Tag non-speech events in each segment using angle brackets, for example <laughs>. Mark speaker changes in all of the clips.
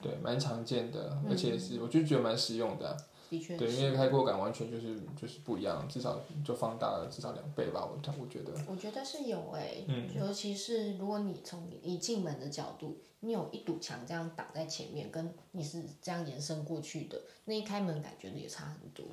Speaker 1: 对，蛮常见的，而
Speaker 2: 嗯
Speaker 1: 且是我就觉得蛮实用的啊、
Speaker 2: 的确
Speaker 1: 对，
Speaker 2: 是
Speaker 1: 因为开锅感完全就是就是不一样，至少就放大了至少两倍吧，我我觉得。
Speaker 2: 我觉得是有哎、
Speaker 1: 嗯
Speaker 2: 尤其是如果你从你进门的角度，你有一堵墙这样挡在前面，跟你是这样延伸过去的，那一开门感觉也差很多。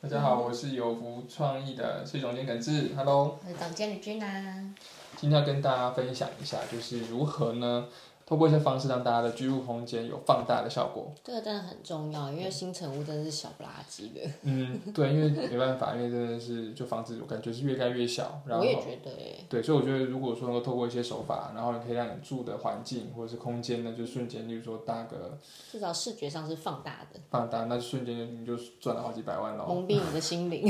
Speaker 1: 大家好，我是有福创意的崔总监耿志，Hello。
Speaker 2: 我是党监理君啊，
Speaker 1: 今天要跟大家分享一下，就是如何呢，透过一些方式让大家的居住空间有放大的效果。
Speaker 2: 这个真的很重要，因为新城屋真的是小不拉几的，
Speaker 1: 嗯，对，因为没办法，因为真的是就房子，我感觉是越盖越小，然
Speaker 2: 我
Speaker 1: 后
Speaker 2: 也觉得哎、
Speaker 1: 对，所以我觉得如果说能够透过一些手法，然后可以让你住的环境或者是空间呢，就瞬间，例如说搭个
Speaker 2: 至少视觉上是放大的，
Speaker 1: 放大，那就瞬间就你就赚了好几百万喽，
Speaker 2: 蒙蔽你的
Speaker 1: <laughs>
Speaker 2: 心灵，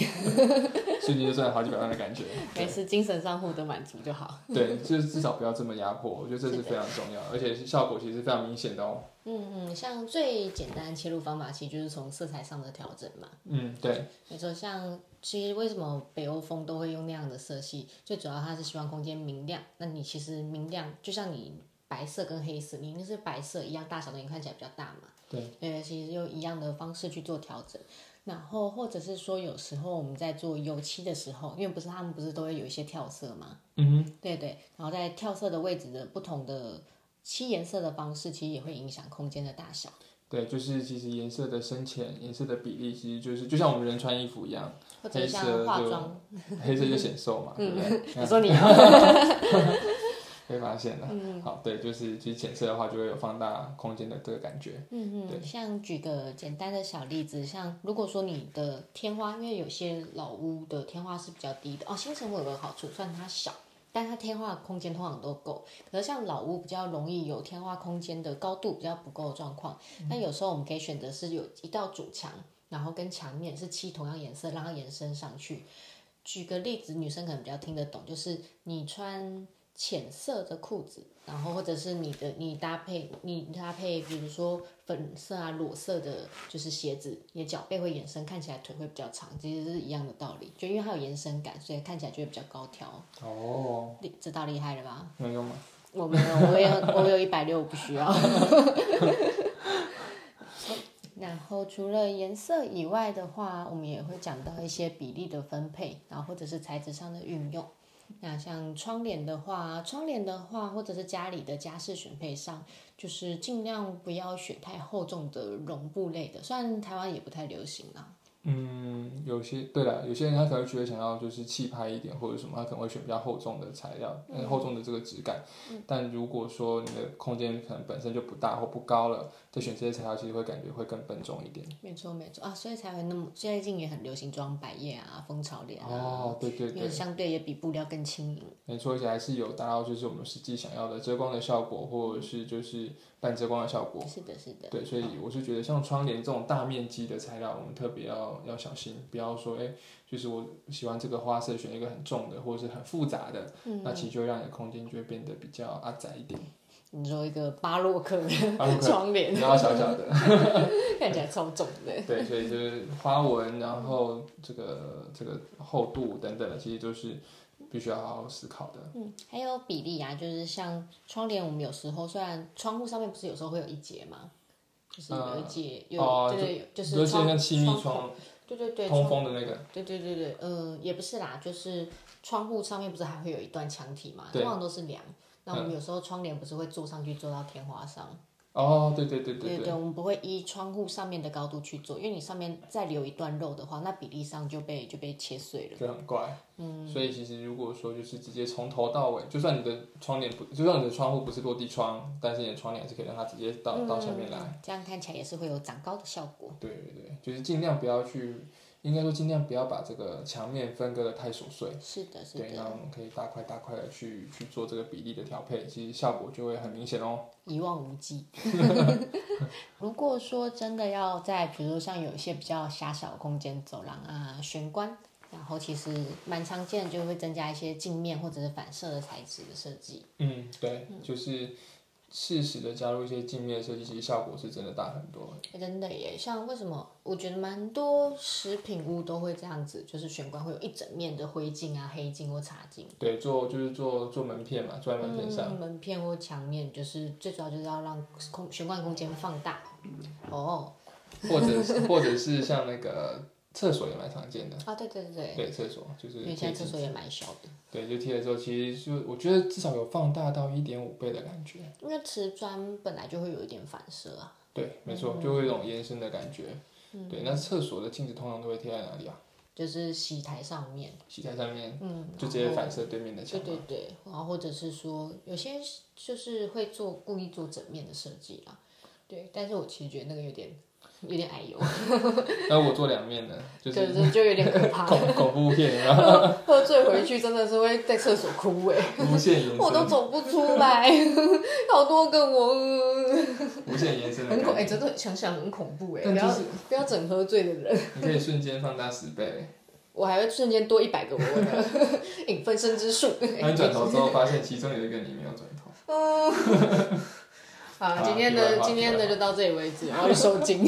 Speaker 1: 瞬间就赚了好几百万的感觉。
Speaker 2: <laughs> 没事，精神上获得满足就好。
Speaker 1: 对，就是至少不要这么压迫，我觉得这是非常重要，而且是效果其实非常明显的哦。
Speaker 2: 嗯嗯，像最简单的切入方法，其实就是从色彩上的调整嘛。
Speaker 1: 嗯，对。
Speaker 2: 没错，像其实为什么北欧风都会用那样的色系，最主要它是希望空间明亮。那你其实明亮，就像你白色跟黑色，你一定是白色一样大小的，你看起来比较大嘛。
Speaker 1: 对。
Speaker 2: 呃，其实用一样的方式去做调整，然后或者是说有时候我们在做油漆的时候，因为不是他们不是都会有一些跳色嘛。嗯哼。对对，然后在跳色的位置的不同的漆颜色的方式，其实也会影响空间的大小。
Speaker 1: 对，就是其实颜色的深浅、颜色的比例，其实就是就像我们人穿衣服一样，
Speaker 2: 或者像化妆，
Speaker 1: 黑色就显瘦嘛，对不
Speaker 2: <laughs>
Speaker 1: 对？
Speaker 2: 你说你
Speaker 1: 被发现了。好，对，就是其实浅色的话，就会有放大空间的这个感觉。
Speaker 2: 嗯嗯，像举个简单的小例子，像如果说你的天花，因为有些老屋的天花是比较低的哦，新城屋有个好处，虽然它小，但它天花的空间通常都够。可是像老屋比较容易有天花空间的高度比较不够的状况，那、有时候我们可以选择是有一道主墙，然后跟墙面是漆同样颜色，让它延伸上去。举个例子，女生可能比较听得懂，就是你穿浅色的裤子，然后或者是你的你搭配你搭配，比如说粉色啊、裸色的，就是鞋子，你的脚背会延伸，看起来腿会比较长，其实是一样的道理。就因为它有延伸感，所以看起来就会比较高挑。
Speaker 1: 哦，
Speaker 2: 厉知道厉害了吧？
Speaker 1: 能用吗？
Speaker 2: 我没有，我有我有一百六，我不需要。 <laughs> 然后除了颜色以外的话，我们也会讲到一些比例的分配，然后或者是材质上的运用。那像窗帘的话，窗帘的话，或者是家里的家饰选配上，就是尽量不要选太厚重的绒布类的，虽然台湾也不太流行啦。
Speaker 1: 嗯，有些对了，有些人他可能觉得想要就是气派一点或者什么，他可能会选比较厚重的材料，嗯，厚重的这个质感。但如果说你的空间可能本身就不大或不高了，再选这些材料，其实会感觉会更笨重一点。
Speaker 2: 没错没错啊，所以才会那么最近也很流行装百叶啊、蜂巢帘啊，嗯
Speaker 1: 哦，对对对
Speaker 2: 因。为相对也比布料更轻盈。
Speaker 1: 没错，而且还是有达到就是我们实际想要的遮光的效果，或者是就是半遮光的效果。
Speaker 2: 是的，是的，
Speaker 1: 对，所以我是觉得像窗帘这种大面积的材料，我们特别要要小心，不要说哎、诶就是我喜欢这个花色，选一个很重的或者是很复杂的，
Speaker 2: 嗯
Speaker 1: 那其实就会让你的空间就会变得比较阿窄一点，
Speaker 2: 你说一个巴洛克
Speaker 1: 巴洛
Speaker 2: 的
Speaker 1: 克
Speaker 2: 窗帘， <laughs>
Speaker 1: 然后小小的，
Speaker 2: 看起来超重的。
Speaker 1: 对，所以就是花纹，然后这个这个厚度等等的，其实都是必须要好好思考的。
Speaker 2: 嗯，还有比例啊，就是像窗帘，我们有时候虽然窗户上面不是有时候会有一节嘛，就是有一节、有、
Speaker 1: 哦
Speaker 2: 对，呃就
Speaker 1: 尤
Speaker 2: 是
Speaker 1: 其是像
Speaker 2: 窗
Speaker 1: 气密
Speaker 2: 窗
Speaker 1: 窗
Speaker 2: 对对对，
Speaker 1: 通风的那个。
Speaker 2: 对对对对，呃，也不是啦，就是窗户上面不是还会有一段墙体嘛，
Speaker 1: 对
Speaker 2: 通常都是梁。那我们有时候窗帘不是会坐上去坐到天花上？
Speaker 1: 哦，对对对
Speaker 2: 对
Speaker 1: 对，
Speaker 2: 我们不会依窗户上面的高度去做，因为你上面再留一段肉的话，那比例上就被就被切碎了。
Speaker 1: 就很怪。嗯，所以其实如果说就是直接从头到尾，就算你的窗帘不，就算你的窗户不是落地窗，但是你的窗帘还是可以让它直接到、
Speaker 2: 嗯
Speaker 1: 到下面来。
Speaker 2: 来，这样看起来也是会有长高的效果。
Speaker 1: 对对对，就是尽量不要去，应该说尽量不要把这个墙面分割的太琐碎。
Speaker 2: 是的，是
Speaker 1: 对，
Speaker 2: 的。
Speaker 1: 那我们可以大块大块的去去做这个比例的调配，其实效果就会很明显哦。
Speaker 2: 一望无
Speaker 1: <laughs>
Speaker 2: 际。 <laughs> 如果说真的要在，比如说像有一些比较狭小的空间，走廊啊、玄关，然后其实蛮常见的，就会增加一些镜面或者是反射的材质的设计。
Speaker 1: 嗯，对，就是适时的加入一些镜面设计，其实效果是真的大很多。
Speaker 2: 欸真的耶，像为什么我觉得蛮多食品屋都会这样子，就是玄关会有一整面的灰烬啊、黑烬或茶烬。
Speaker 1: 对，做就是做做门片嘛，啊做在门片上。
Speaker 2: 嗯、门片或墙面，就是最主要就是要让空玄关空间放大。哦，
Speaker 1: 或者是或者是像那个厕所也蛮常见的，
Speaker 2: 啊，对对对对，
Speaker 1: 对厕所就是
Speaker 2: 因为
Speaker 1: 贴
Speaker 2: 现在厕所也蛮小的，
Speaker 1: 对就贴的时候，其实就我觉得至少有放大到一点五倍的感觉，
Speaker 2: 因为瓷砖本来就会有一点反射啊。
Speaker 1: 对，没错，就会有一种延伸的感觉。
Speaker 2: 嗯
Speaker 1: 对，那厕所的镜子通常都会贴在哪里啊？
Speaker 2: 就是洗台上面，
Speaker 1: 洗台上面，
Speaker 2: 嗯，
Speaker 1: 就直接
Speaker 2: 然后
Speaker 1: 反射对面的
Speaker 2: <laughs>
Speaker 1: 墙
Speaker 2: 对。对对，然后或者是说，有些就是会做故意做整面的设计啦，对。但是我其实觉得那个有点有点矮油，
Speaker 1: 那我做两面的，就是
Speaker 2: 对对，就有点可怕。
Speaker 1: 恐恐怖
Speaker 2: <laughs>
Speaker 1: 片，然
Speaker 2: 喝醉回去真的是会在厕所哭哎、
Speaker 1: 后无限延
Speaker 2: 我都
Speaker 1: 伸，
Speaker 2: 走不出来， <laughs> 好多个我，呃
Speaker 1: 无限延伸的
Speaker 2: 很
Speaker 1: 感
Speaker 2: 恐
Speaker 1: 觉。
Speaker 2: 哎、真的想想很恐怖哎、
Speaker 1: 但
Speaker 2: 不
Speaker 1: 就
Speaker 2: 要
Speaker 1: 是
Speaker 2: 不要整喝醉的人，
Speaker 1: 你可以瞬间放大十倍，
Speaker 2: 我还会瞬间多一百个我为了
Speaker 1: <laughs>
Speaker 2: <laughs> 引分身之术。
Speaker 1: 当你转头之后发现其中有一个你没有转头。
Speaker 2: 嗯， <laughs> 好，今天的
Speaker 1: 好
Speaker 2: 今天的就到这里为止，然后去收金。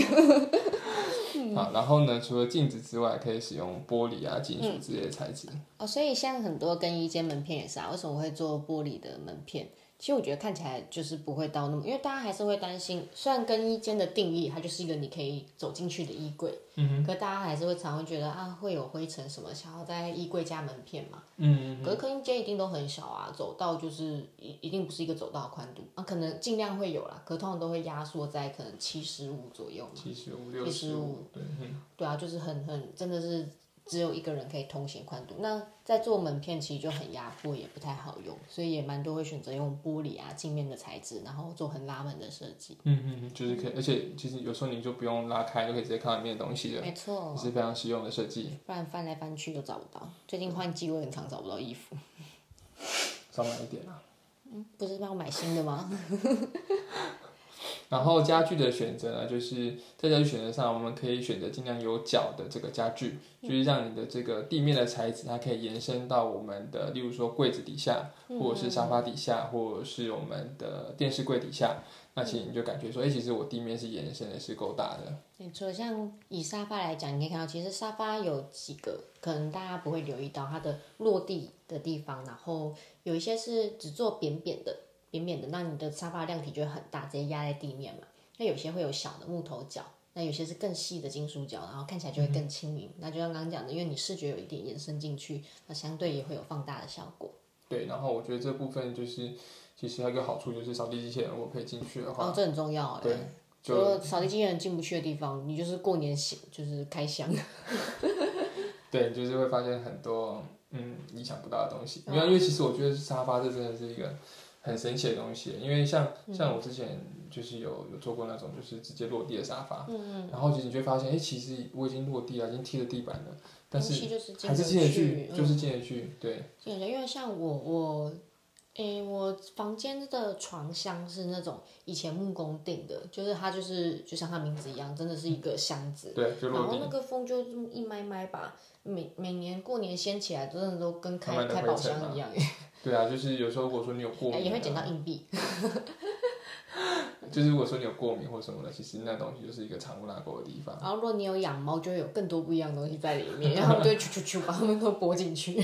Speaker 1: 好，然后呢，除了镜子之外，可以使用玻璃啊、金属之类的材质。
Speaker 2: 哦，所以像很多更衣间门片也是啊，为什么会做玻璃的门片？其实我觉得看起来就是不会到那么，因为大家还是会担心。虽然更衣间的定义它就是一个你可以走进去的衣柜，嗯，可大家还是会常会觉得啊会有灰尘什么，想要在衣柜加门片嘛。
Speaker 1: 嗯，
Speaker 2: 可是更衣间一定都很小啊，走道就是一一定不是一个走道的宽度啊，可能尽量会有啦，可通常都会压缩在可能七十五左右。
Speaker 1: 七十五、六十五，对，
Speaker 2: 对啊，就是很很真的是只有一个人可以通行宽度。那在做门片其实就很压迫，也不太好用，所以也蛮多会选择用玻璃啊镜面的材质，然后做很拉门的设计。
Speaker 1: 嗯嗯，嗯就是可以，而且其实有时候你就不用拉开，就可以直接看到里面的东西了，
Speaker 2: 没错，
Speaker 1: 也是非常实用的设计。
Speaker 2: 不然翻来翻去都找不到。最近换季我很常找不到衣服，嗯
Speaker 1: 少买一点啊。
Speaker 2: 不是帮我买新的吗？
Speaker 1: 然后家具的选择呢，就是在家具选择上，我们可以选择尽量有角的这个家具，就是让你的这个地面的材质，它可以延伸到我们的，例如说柜子底下，或者是沙发底下，或者是我们的电视柜底下。那其实你就感觉说，哎、其实我地面是延伸的，是够大的。
Speaker 2: 没错，像以沙发来讲，你可以看到，其实沙发有几个可能大家不会留意到它的落地的地方，然后有一些是只做扁扁的，扁扁的，那你的沙发量体就会很大，直接压在地面嘛。那有些会有小的木头角，那有些是更细的金属角，然后看起来就会更轻盈。那就像刚刚讲的，因为你视觉有一点延伸进去，那相对也会有放大的效果。
Speaker 1: 对，然后我觉得这部分就是，其实还有一个好处就是扫地机器人，如果可以进去的话，
Speaker 2: 哦，这很重要哎。
Speaker 1: 对，
Speaker 2: 除了扫地机器人进不去的地方，你就是过年醒，就是开箱。
Speaker 1: <laughs> 对，就是会发现很多嗯意想不到的东西。因
Speaker 2: 嗯
Speaker 1: 为因为其实我觉得沙发这真的是一个很神奇的东西，因为像
Speaker 2: 嗯
Speaker 1: 像我之前就是有有做过那种就是直接落地的沙发，嗯然后其实你就会发现，哎、其实我已经落地了，已经踢了地板了，但
Speaker 2: 东
Speaker 1: 是
Speaker 2: 西就是进
Speaker 1: 还是
Speaker 2: 得
Speaker 1: 进得去，
Speaker 2: 嗯
Speaker 1: 就是进得去，对，
Speaker 2: 对，因为像我我，诶、我房间的床箱是那种以前木工定的，就是它就是就像它名字一样，真的是一个箱子。
Speaker 1: 对，就
Speaker 2: 然
Speaker 1: 落
Speaker 2: 后
Speaker 1: 地，
Speaker 2: 那个风就这么一麦麦吧，每每年过年掀起来，真的都跟开
Speaker 1: 慢慢地
Speaker 2: 开
Speaker 1: 灰
Speaker 2: 宝
Speaker 1: 尘
Speaker 2: 箱
Speaker 1: 嘛
Speaker 2: 一样，
Speaker 1: 对啊，就是有时候如果说你有过
Speaker 2: 哎
Speaker 1: 敏、啊，
Speaker 2: 也会捡到硬币。
Speaker 1: 就是如果说你有过敏或什么的，其实那东西就是一个藏污纳垢的地方。
Speaker 2: 然后如果你有养猫，就会有更多不一样的东西在里面，然后就 <laughs> 咻咻咻把它们都拨进去，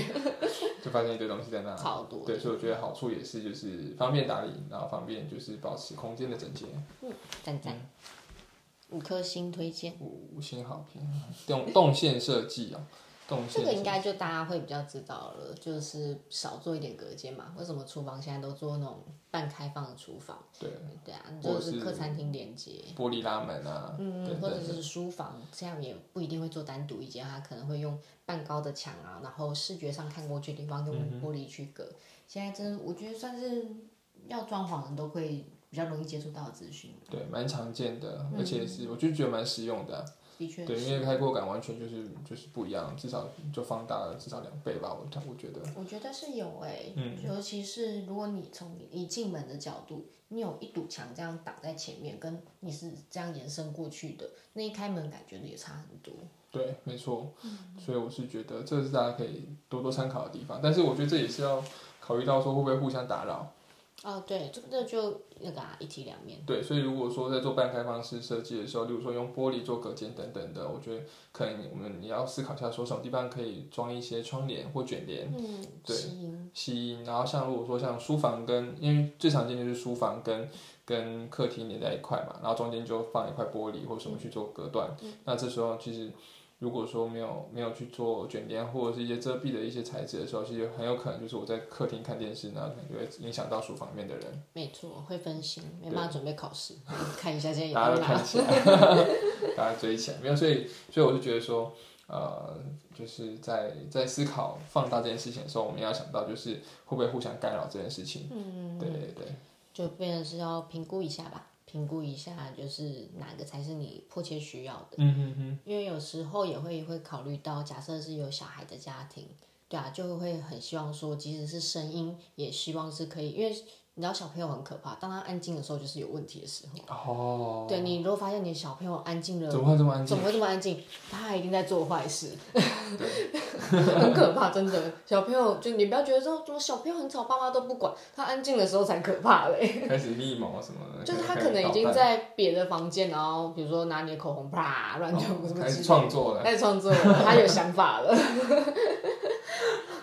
Speaker 1: 就发现一堆东西在那。
Speaker 2: 超多。
Speaker 1: 对，所以我觉得好处也是就是方便打理，然后方便就是保持空间的整洁。
Speaker 2: 嗯赞
Speaker 1: 嗯
Speaker 2: 赞，五颗星推荐。
Speaker 1: 五五星好评，动动线设计啊，动
Speaker 2: 这
Speaker 1: 线
Speaker 2: 个应
Speaker 1: 设计
Speaker 2: 该就大家会比较知道了，就是少做一点隔间嘛。为什么厨房现在都做那种半开放的厨房？
Speaker 1: 对
Speaker 2: 对啊，
Speaker 1: 或
Speaker 2: 就
Speaker 1: 者
Speaker 2: 是
Speaker 1: 是
Speaker 2: 客餐厅连接，
Speaker 1: 玻璃拉门啊，
Speaker 2: 嗯，
Speaker 1: 等
Speaker 2: 或者
Speaker 1: 等。
Speaker 2: 是书房，这样也不一定会做单独一间，它可能会用半高的墙啊，然后视觉上看过去的地方
Speaker 1: 嗯
Speaker 2: 用玻璃区隔。现在真我觉得算是要装潢人都会比较容易接触到的资讯，
Speaker 1: 对，蛮常见的，而且是我就觉得蛮实用的啊、
Speaker 2: 嗯的确
Speaker 1: 对，
Speaker 2: 是
Speaker 1: 因为开阔感完全就是就是不一样，至少就放大了至少两倍吧，我我觉得。嗯
Speaker 2: 我觉得是有诶、尤其是如果你从一进门的角度，你有一堵墙这样挡在前面，跟你是这样延伸过去的，那一开门感觉也差很多。嗯
Speaker 1: 对，没错，所以我是觉得这是大家可以多多参考的地方，但是我觉得这也是要考虑到说会不会互相打扰，
Speaker 2: 哦，对，这这就那个啊，一体两面。
Speaker 1: 对，所以如果说在做半开放式设计的时候，例如说用玻璃做隔间等等的，我觉得可能我们也要思考一下，说什么地方可以装一些窗帘或卷帘
Speaker 2: 嗯，
Speaker 1: 对
Speaker 2: 吸引
Speaker 1: 吸音。然后像如果说像书房跟，因为最常见就是书房跟跟客厅连在一块嘛，然后中间就放一块玻璃或什
Speaker 2: 嗯
Speaker 1: 么去做隔断。那这时候其实如果说没有没有去做卷帘或者是一些遮蔽的一些材质的时候，其实很有可能就是我在客厅看电视，然后可能就会影响到书房里面的人。
Speaker 2: 没错，会分心，没办法准备考试， <laughs> 看一下今天有
Speaker 1: 大家
Speaker 2: 没有
Speaker 1: 都
Speaker 2: 拿。
Speaker 1: 看起来，大家追起来，没有，所以所以我就觉得说，呃，就是在在思考放大这件事情的时候，我们要想到就是会不会互相干扰这件事情。
Speaker 2: 嗯，
Speaker 1: 对对对，
Speaker 2: 就变成是要评估一下吧，评估一下就是哪个才是你迫切需要的，
Speaker 1: 嗯哼哼，
Speaker 2: 因为有时候也会会考虑到，假设是有小孩的家庭，对啊，就会很希望说，即使是声音，也希望是可以，因为你知道小朋友很可怕，当他安静的时候就是有问题的时候。
Speaker 1: 哦，
Speaker 2: 对你如果发现你的小朋友安静了，
Speaker 1: 怎么会这么安
Speaker 2: 怎
Speaker 1: 静？
Speaker 2: 么会这么安静？他一定在做坏事，
Speaker 1: 对，
Speaker 2: <laughs> 很可怕，真的。小朋友就你不要觉得说怎么小朋友很吵，爸妈都不管，他安静的时候才可怕嘞。
Speaker 1: 开始密谋什么的，
Speaker 2: <laughs> 就是他
Speaker 1: 开
Speaker 2: 可
Speaker 1: 始
Speaker 2: 能已
Speaker 1: 捣
Speaker 2: 经
Speaker 1: 蛋
Speaker 2: 在别的房间，然后比如说拿你的口红啪乱丢
Speaker 1: 哦
Speaker 2: 什么
Speaker 1: 开
Speaker 2: 之
Speaker 1: 始
Speaker 2: 类的，
Speaker 1: 创作了。
Speaker 2: 开始创作了，他有想法了。 <laughs>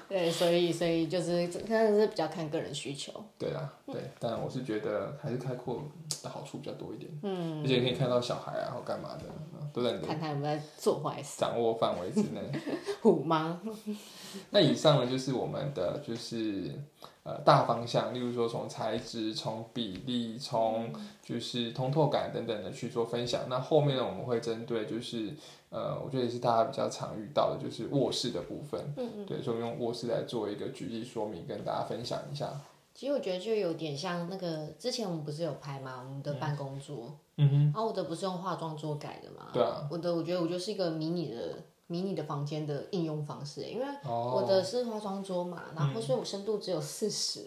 Speaker 2: 对，所以所以就是真的是比较看个人需求。嗯
Speaker 1: 对啦，对，但我是觉得还是开阔的好处比较多一点，
Speaker 2: 嗯
Speaker 1: 而，且可以看到小孩啊或干嘛的，都在你的
Speaker 2: 看他有没有在做坏事，
Speaker 1: 掌握范围之内。
Speaker 2: 虎妈。
Speaker 1: 那以上呢，就是我们的就是呃大方向，例如说从材质、从比例、从就是通透感等等的去做分享。那后面呢，我们会针对就是呃，我觉得也是大家比较常遇到的，就是卧室的部分。
Speaker 2: 嗯嗯。
Speaker 1: 对，所以我们用卧室来做一个举例说明，跟大家分享一下。
Speaker 2: 其实我觉得就有点像那个之前我们不是有拍嘛，我们的办公桌，
Speaker 1: 嗯哼，
Speaker 2: 然后我的不是用化妆桌改的嘛。
Speaker 1: 对啊。
Speaker 2: 我的我觉得我就是一个迷你的迷你的房间的应用方式，欸因为。我
Speaker 1: 哦，嗯
Speaker 2: 的是化妆桌嘛，然后所以我深度只有四十、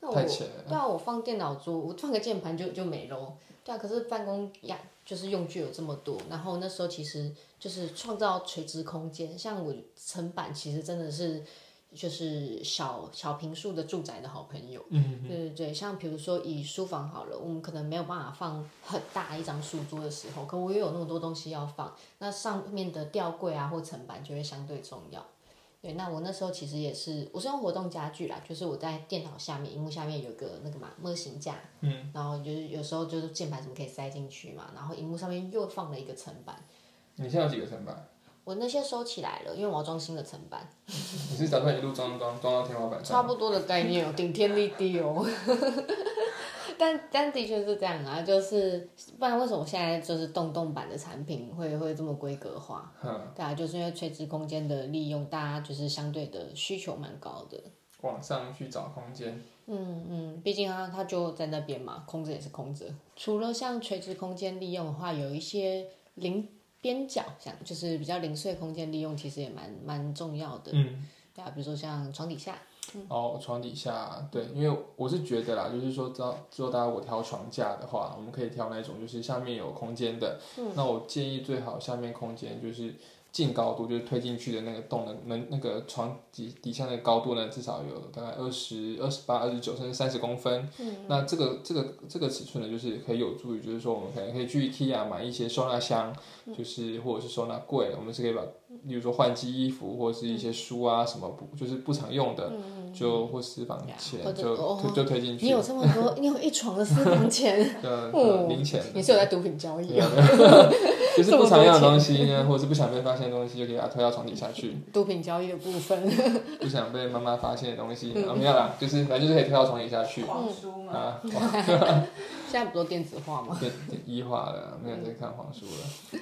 Speaker 2: 那我
Speaker 1: 太浅了。
Speaker 2: 对啊，我放电脑桌，我放个键盘就就没喽。对啊，可是办公呀，就是用具有这么多，然后那时候其实就是创造垂直空间，像我层板其实真的是就是小小平数的住宅的好朋友。
Speaker 1: 嗯，
Speaker 2: 对对对，像比如说以书房好了，我们可能没有办法放很大一张书桌的时候，可我又有那么多东西要放，那上面的吊柜啊或层板就会相对重要。对，那我那时候其实也是，我是用活动家具啦，就是我在电脑下面、荧幕下面有个那个嘛模型架，嗯，然后就是有时候就是键盘什么可以塞进去嘛，然后荧幕上面又放了一个层板，
Speaker 1: 你现在有几个层板？
Speaker 2: 我那些收起来了，因为我要装新的层板，
Speaker 1: 你是打算一路装装装到天花板上？ <laughs>
Speaker 2: 差不多的概念哦，顶天立地哦。 <laughs> 但但的确是这样啊，就是不然为什么现在就是动动版的产品会会这么规格化？
Speaker 1: 哼，
Speaker 2: 对啊，就是因为垂直空间的利用，大家就是相对的需求蛮高的。
Speaker 1: 往上去找空间。
Speaker 2: 嗯嗯，毕竟它它就在那边嘛，空着也是空着。除了像垂直空间利用的话，有一些零边角，像就是比较零碎空间利用，其实也蛮蛮重要的。
Speaker 1: 嗯。
Speaker 2: 对啊，比如说像床底下，
Speaker 1: 哦，床底下，对，因为我是觉得啦，就是说，之后之后大家我挑床架的话，我们可以挑那种就是下面有空间的。那我建议最好下面空间就是近高度，就是推进去的那个洞的门那个床底底下的高度呢，至少有大概二十二十八、二十九甚至三十公分。那这个这个这个尺寸呢，就是可以有助于，就是说我们可能可以去 IKEA 买一些收纳箱，就是或者是收纳柜，我们是可以把，例如说换季衣服或者是一些书啊什么不就是不常用的，就或私房钱
Speaker 2: 或者
Speaker 1: 就
Speaker 2: 哦
Speaker 1: 推就推进
Speaker 2: 嗯你
Speaker 1: 去，
Speaker 2: 有 <laughs> 这么多，你有一床的私房钱，
Speaker 1: 呃
Speaker 2: 哦
Speaker 1: 零钱。
Speaker 2: 你是有在毒品交易
Speaker 1: 对
Speaker 2: 啊？
Speaker 1: 啊 <laughs> 就是不常用的东西呢，或者是不想被发现的东西，就给它推到床底下去。
Speaker 2: 毒品交易的部分，
Speaker 1: 不想被妈妈发现的东西，
Speaker 2: 嗯
Speaker 1: 啊，没有啦，就是反正就是可以推到床底下去
Speaker 3: 黄书嘛，
Speaker 1: 啊。
Speaker 2: 现在不都电子化吗？
Speaker 1: 变变一化了，啊没有在看黄书了。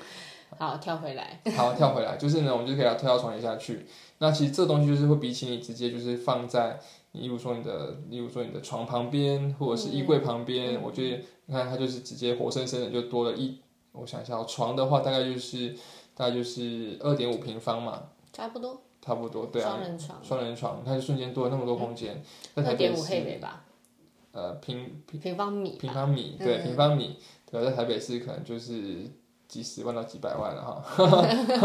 Speaker 2: 好，跳回来，
Speaker 1: <laughs> 好，跳回来，就是呢，我们就可以把它推到床底下去。那其实这东西就是会比起你直接就是放在，你例如说你的，例如说你的床旁边或者
Speaker 2: 嗯
Speaker 1: 是衣柜旁边，我觉得你看它就是直接活生生的就多了一，我想一下、哦，床的话大概就是大概就是二点五平方嘛，
Speaker 2: 差不多，
Speaker 1: 差不多，对啊
Speaker 2: 双，人床，嗯
Speaker 1: 双人床，它就瞬间多了那么多空间。那
Speaker 2: 二
Speaker 1: 台北
Speaker 2: 点五
Speaker 1: 是
Speaker 2: 黑北吧，
Speaker 1: 呃平
Speaker 2: 平方米
Speaker 1: 平
Speaker 2: 吧，
Speaker 1: 方米，对，
Speaker 2: 嗯
Speaker 1: 平方米，对，在台北市可能就是几十万到几百万了哈。
Speaker 2: <laughs>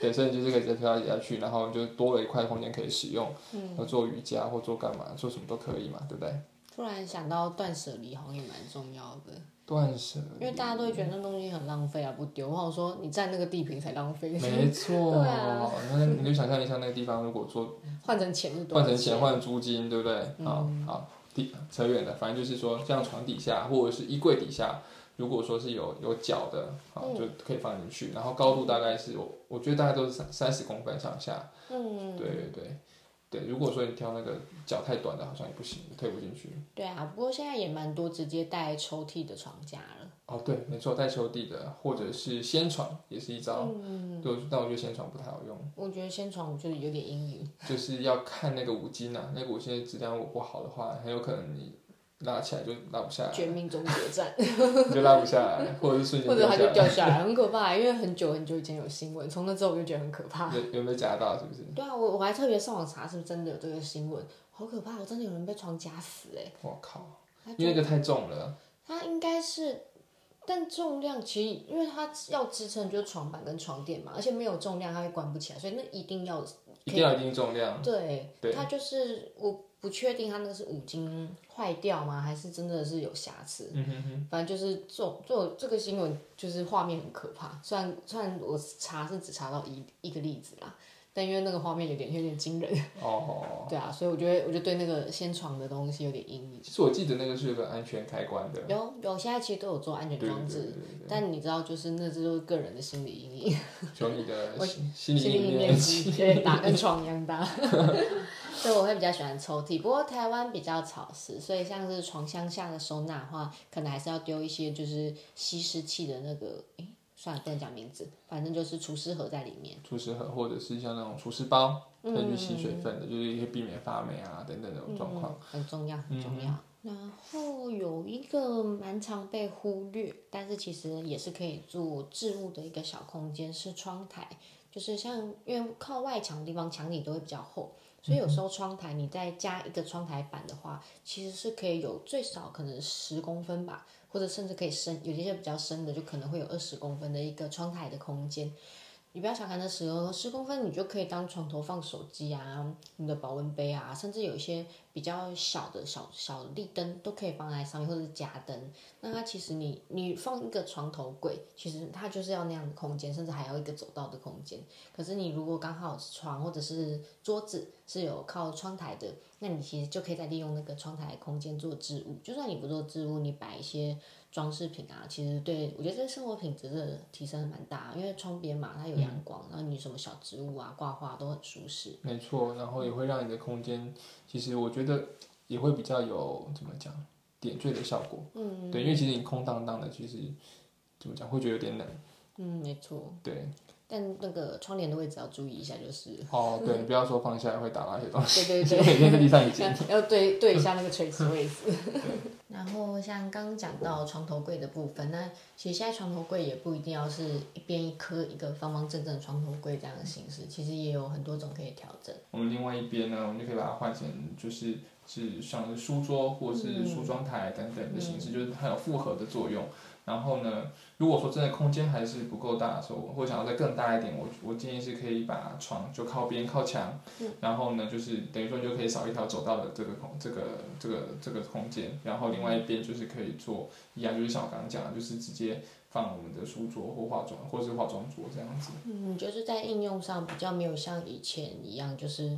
Speaker 1: 对，所以你就是可以再推到底下去，然
Speaker 2: 嗯
Speaker 1: 后就多了一块空间可以使用，要做瑜伽或做干嘛，做什么都可以嘛，对不对？
Speaker 2: 突然想到断舍离好像也蛮重要的，
Speaker 1: 断舍
Speaker 2: 因为大家都会觉得那东西很浪费啊，不丢。我想说你占那个地平才浪费，
Speaker 1: 没错，
Speaker 2: 对啊
Speaker 1: 那你就想象一下那个地方，如果做
Speaker 2: 换成钱是
Speaker 1: 嗯
Speaker 2: 多
Speaker 1: 换
Speaker 2: 少
Speaker 1: 成钱换租金，对不对？
Speaker 2: 嗯
Speaker 1: 好好，地扯远了，反正就是说，像床底下或者是衣柜底下，如果说是有有脚的，好
Speaker 2: 嗯
Speaker 1: 就可以放进去，然后高度大概是我我觉得大概都是三三十公分上下，
Speaker 2: 嗯，
Speaker 1: 对对对。对，如果说你挑那个脚太短的，好像也不行，推不进去。
Speaker 2: 对啊。不过现在也蛮多直接带抽屉的床架了，
Speaker 1: 哦，对，没错，带球地的或者是掀床也是一招。
Speaker 2: 嗯，
Speaker 1: 对，但我觉得掀床不太好用，
Speaker 2: 我觉得先床我觉得有点阴影，
Speaker 1: <laughs> 就是要看那个五金啊，那个五金的质量如果不好的话，很有可能你拉起来就拉不下来，
Speaker 2: 绝命终结
Speaker 1: <laughs>
Speaker 2: 战，
Speaker 1: 你就拉不下来，或者是瞬
Speaker 2: 或
Speaker 1: 间掉下
Speaker 2: 者它就
Speaker 1: 来。
Speaker 2: 掉下来，很可怕。因为很久很久以前有新闻，从那之后我就觉得很可怕。
Speaker 1: 有有没有夹到？是不是？
Speaker 2: 对啊，我我还特别上网查是不是真的有这个新闻，好可怕！我真的有人被床夹死哎、
Speaker 1: 我靠，
Speaker 2: 他
Speaker 1: 因为那个太重了。
Speaker 2: 它应该是，但重量其实因为它要支撑就是床板跟床垫嘛，而且没有重量它会关不起来，所以那一定要
Speaker 1: 一定要一定重量，
Speaker 2: 对，
Speaker 1: 对
Speaker 2: 它就是我不确定它那个是五金坏掉吗，还是真的是有瑕疵。
Speaker 1: 嗯哼哼，
Speaker 2: 反正就是做做这个新闻，就是画面很可怕。虽然虽然我查是只查到一一个例子啦，但因为那个画面有点有点惊人，
Speaker 1: 哦，
Speaker 2: 对啊，所以我觉得我就对那个先床的东西有点阴影。
Speaker 1: 其实我记得那个是有个安全开关的，
Speaker 2: 有有，现在其实都有做安全
Speaker 1: 对对
Speaker 2: 装置
Speaker 1: 对，对
Speaker 2: 但你知道，就是那只就是个人的心理阴影，
Speaker 1: 对，求你的
Speaker 2: 我
Speaker 1: 心心
Speaker 2: 心
Speaker 1: 理
Speaker 2: 理
Speaker 1: 阴
Speaker 2: 面
Speaker 1: 面
Speaker 2: 积对打
Speaker 1: <laughs>
Speaker 2: 跟床一样大， <laughs> 所以我会比较喜欢抽屉。不过台湾比较潮湿，所以像是床箱下的收纳的话，可能还是要丢一些就是吸湿器的那个，诶，算了，不能讲名字，反正就是除湿盒在 <laughs> 里面。
Speaker 1: 厨师盒或者是像那种厨师包，可以去吸水分的，就是也可以避免发霉啊等等的状况。
Speaker 2: 嗯很重要，很重要。然后有一个蛮常被忽略，但是其实也是可以做置物的一个小空间是窗台，就是像因为靠外墙的地方墙体都会比较厚，所以有时候窗台你再加一个窗台板的话，其实是可以有最少可能十公分吧，或者甚至可以深，有一些比较深的就可能会有二十公分的一个窗台的空间。你不要小看那十公十公分，你就可以当床头放手机啊，你的保温杯啊，甚至有一些比较小的小小立灯都可以放在上面，或者是夹灯。那它其实你你放一个床头柜，其实它就是要那样的空间，甚至还要一个走道的空间。可是你如果刚好床或者是桌子是有靠窗台的，那你其实就可以再利用那个窗台空间做置物。就算你不做置物，你摆一些装饰品啊，其实对我觉得这生活品质的提升蛮大，因为窗边嘛，它有阳光，然后你什么小植物啊、挂画都很舒适。
Speaker 1: 没错，然后也会让你的空间，其实我觉得也会比较有怎么讲点缀的效果。
Speaker 2: 嗯
Speaker 1: 对，因为其实你空荡荡的，其实怎么讲会觉得有点冷。
Speaker 2: 嗯，没错。
Speaker 1: 对，
Speaker 2: 但那个窗帘的位置要注意一下，就是
Speaker 1: 哦，
Speaker 2: <laughs>
Speaker 1: 对，你不要说放下来会打到一些东西，
Speaker 2: 对对
Speaker 1: 就
Speaker 2: 对
Speaker 1: <laughs> 每天在地上一捡。
Speaker 2: 要对对一下那个垂直位置。 <laughs> 然后像刚刚讲到床头柜的部分，那其实现在床头柜也不一定要是一边一颗一个方方正正的床头柜这样的形式，其实也有很多种可以调整。
Speaker 1: 我们另外一边呢，我们就可以把它换成就是是像是书桌或是梳妆台等等的形式，就是它有复合的作用。然后呢，如果说真的空间还是不够大的时候，或想要再更大一点，我我建议是可以把床就靠边靠墙，
Speaker 2: 嗯
Speaker 1: 然后呢，就是等于说你就可以少一条走道的这个空这个这个这个空间，然后另外一边就是可以做一样，就是像我刚刚讲的，就是直接放我们的书桌或化妆或是化妆桌这样子。
Speaker 2: 嗯，就是在应用上比较没有像以前一样，就是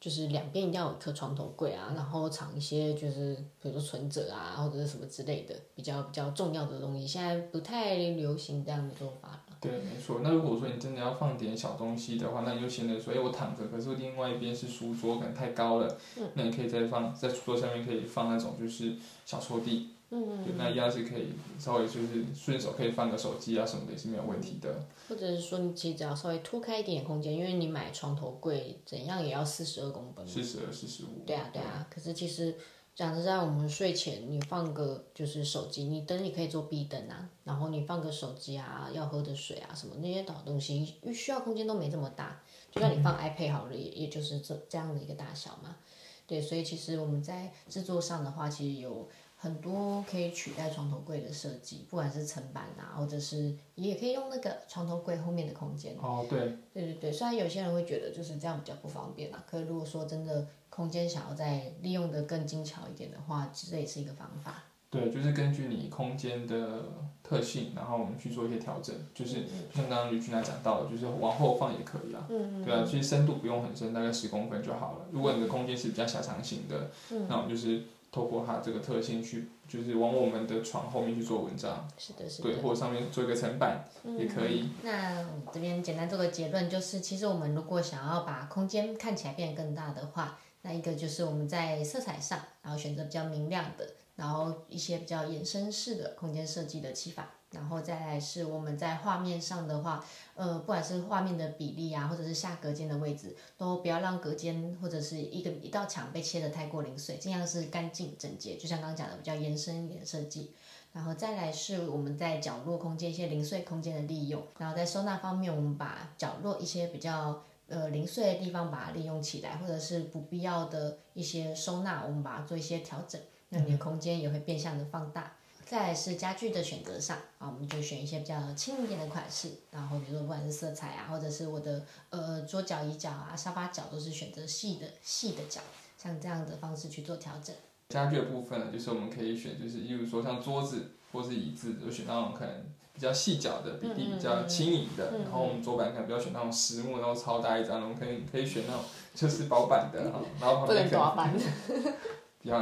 Speaker 2: 就是两边一定要有一颗床头柜啊，然后藏一些就是比如说存折啊或者是什么之类的比较比较重要的东西，现在不太流行这样的做法了。
Speaker 1: 对，没错。那如果说你真的要放点小东西的话，那你就显得说，哎，我躺着，可是另外一边是书桌，可能太高了。
Speaker 2: 嗯
Speaker 1: 那你可以再放在书桌下面可以放那种就是小抽屉，
Speaker 2: 嗯
Speaker 1: 对，，那一样是可以稍微就是顺手可以放个手机啊什么的也是没有问题的。
Speaker 2: 或者是说你其实只要稍微拖开一点空间，因为你买床头柜怎样也要四十二公分嘛。
Speaker 1: 四十二、四十五。
Speaker 2: 嗯对啊，对啊。可是其实讲实在，我们睡前你放个就是手机，你灯你可以做壁灯啊，然后你放个手机啊，要喝的水啊什么那些导东西，需要空间都没这么大。就算你放
Speaker 1: 嗯
Speaker 2: iPad 好了，也也就是这这样的一个大小嘛。对，所以其实我们在制作上的话，其实有很多可以取代床头柜的设计，不管是层板啊，或者是也可以用那个床头柜后面的空间。
Speaker 1: 哦，对，
Speaker 2: 啊对对对，虽然有些人会觉得就是这样比较不方便啦，可是如果说真的空间想要再利用的更精巧一点的话，这也是一个方法。
Speaker 1: 对，就是根据你空间的特性，然后我们去做一些调整。就是像刚刚吕俊娜讲到的，就是往后放也可以啊。
Speaker 2: 嗯
Speaker 1: 对啊，其实深度不用很深，大概十公分就好了。如果你的空间是比较狭长型的，
Speaker 2: 嗯
Speaker 1: 那我们就是透过它这个特性去，就是往我们的床后面去做文章，
Speaker 2: 是的，是的。嗯
Speaker 1: 对，或者上面做一个层板也可以。
Speaker 2: 那我这边简单做个结论，就是其实我们如果想要把空间看起来变得更大的话，那一个就是我们在色彩上，然后选择比较明亮的，然后一些比较延伸式的空间设计的技法，然后再来是我们在画面上的话，呃，不管是画面的比例啊，或者是下隔间的位置，都不要让隔间或者是一个一道墙被切得太过零碎，尽量是干净整洁，就像刚刚讲的比较延伸一点的设计。然后再来是我们在角落空间一些零碎空间的利用，然后在收纳方面，我们把角落一些比较呃零碎的地方把它利用起来，或者是不必要的一些收纳，我们把它做一些调整，那你的空间也会变相的放大。再来是家具的选择上啊，我们就选一些比较轻一点的款式，然后比如说不管是色彩啊，或者是我的呃桌角、椅角啊、沙发角都是选择细的细的角，像这样的方式去做调整。
Speaker 1: 家具的部分呢，就是我们可以选，就是例如说像桌子或是椅子，就选那种可能比较细脚的，比例比较轻盈的。嗯然后我们桌板可能比较选那种实木，然后超大一张，我们可以可以选那种就是薄板的，哈然后旁边可能
Speaker 2: 板。
Speaker 1: 比较这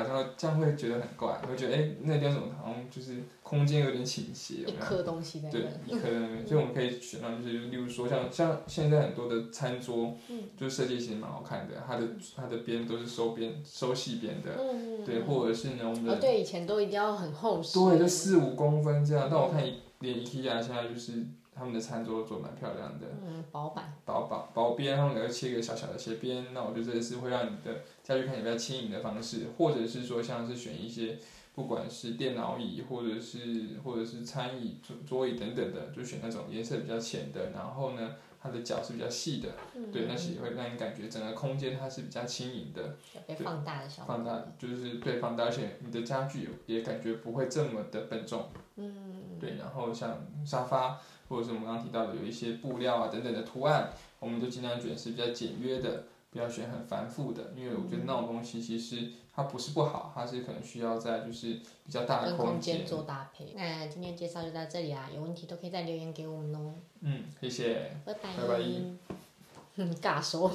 Speaker 1: 样这样会觉得很怪，会觉得哎、诶那边怎么好像就是空间有点倾斜，有
Speaker 2: 一
Speaker 1: 没有？
Speaker 2: 颗东西在那
Speaker 1: 对，一颗在那边，所以我们可以选到就是，例如说像像现在很多的餐桌，就是设计其实蛮好看的，它的它的边都是收边收细边的，
Speaker 2: 嗯，
Speaker 1: 对，或者是呢我们
Speaker 2: 哦
Speaker 1: 的，
Speaker 2: 对，以前都一定要很厚实。
Speaker 1: 对，就四五公分这样，但我看连 IKEA 现在就是他们的餐桌都做得蛮漂亮的，
Speaker 2: 嗯，薄板。
Speaker 1: 薄薄薄边，然后给它切一个小小的斜边，那我觉得这也是会让你的家具看起来比较轻盈的方式，或者是说像是选一些不管是电脑椅或者是或者是餐椅、桌桌椅等等的，就选那种颜色比较浅的，然后呢它的脚是比较细的，对，那是也会让你感觉整个空间它是比较轻盈的，
Speaker 2: 有被放大的小
Speaker 1: 放大就是对放大，而且你的家具也也感觉不会这么的笨重。
Speaker 2: 嗯，
Speaker 1: 对，然后像沙发或者是我们刚刚提到的有一些布料啊等等的图案，我们就尽量选是比较简约的，不要选很繁复的，因为我觉得那种东西其实它不是不好，它是可能需要在就是比较大的
Speaker 2: 跟空
Speaker 1: 间
Speaker 2: 间。做搭配。那今天介绍就到这里啊，有问题都可以再留言给我们哦。 <laughs>
Speaker 1: 嗯，谢谢。
Speaker 2: 拜拜。
Speaker 1: 拜拜
Speaker 2: 嗯，尬说。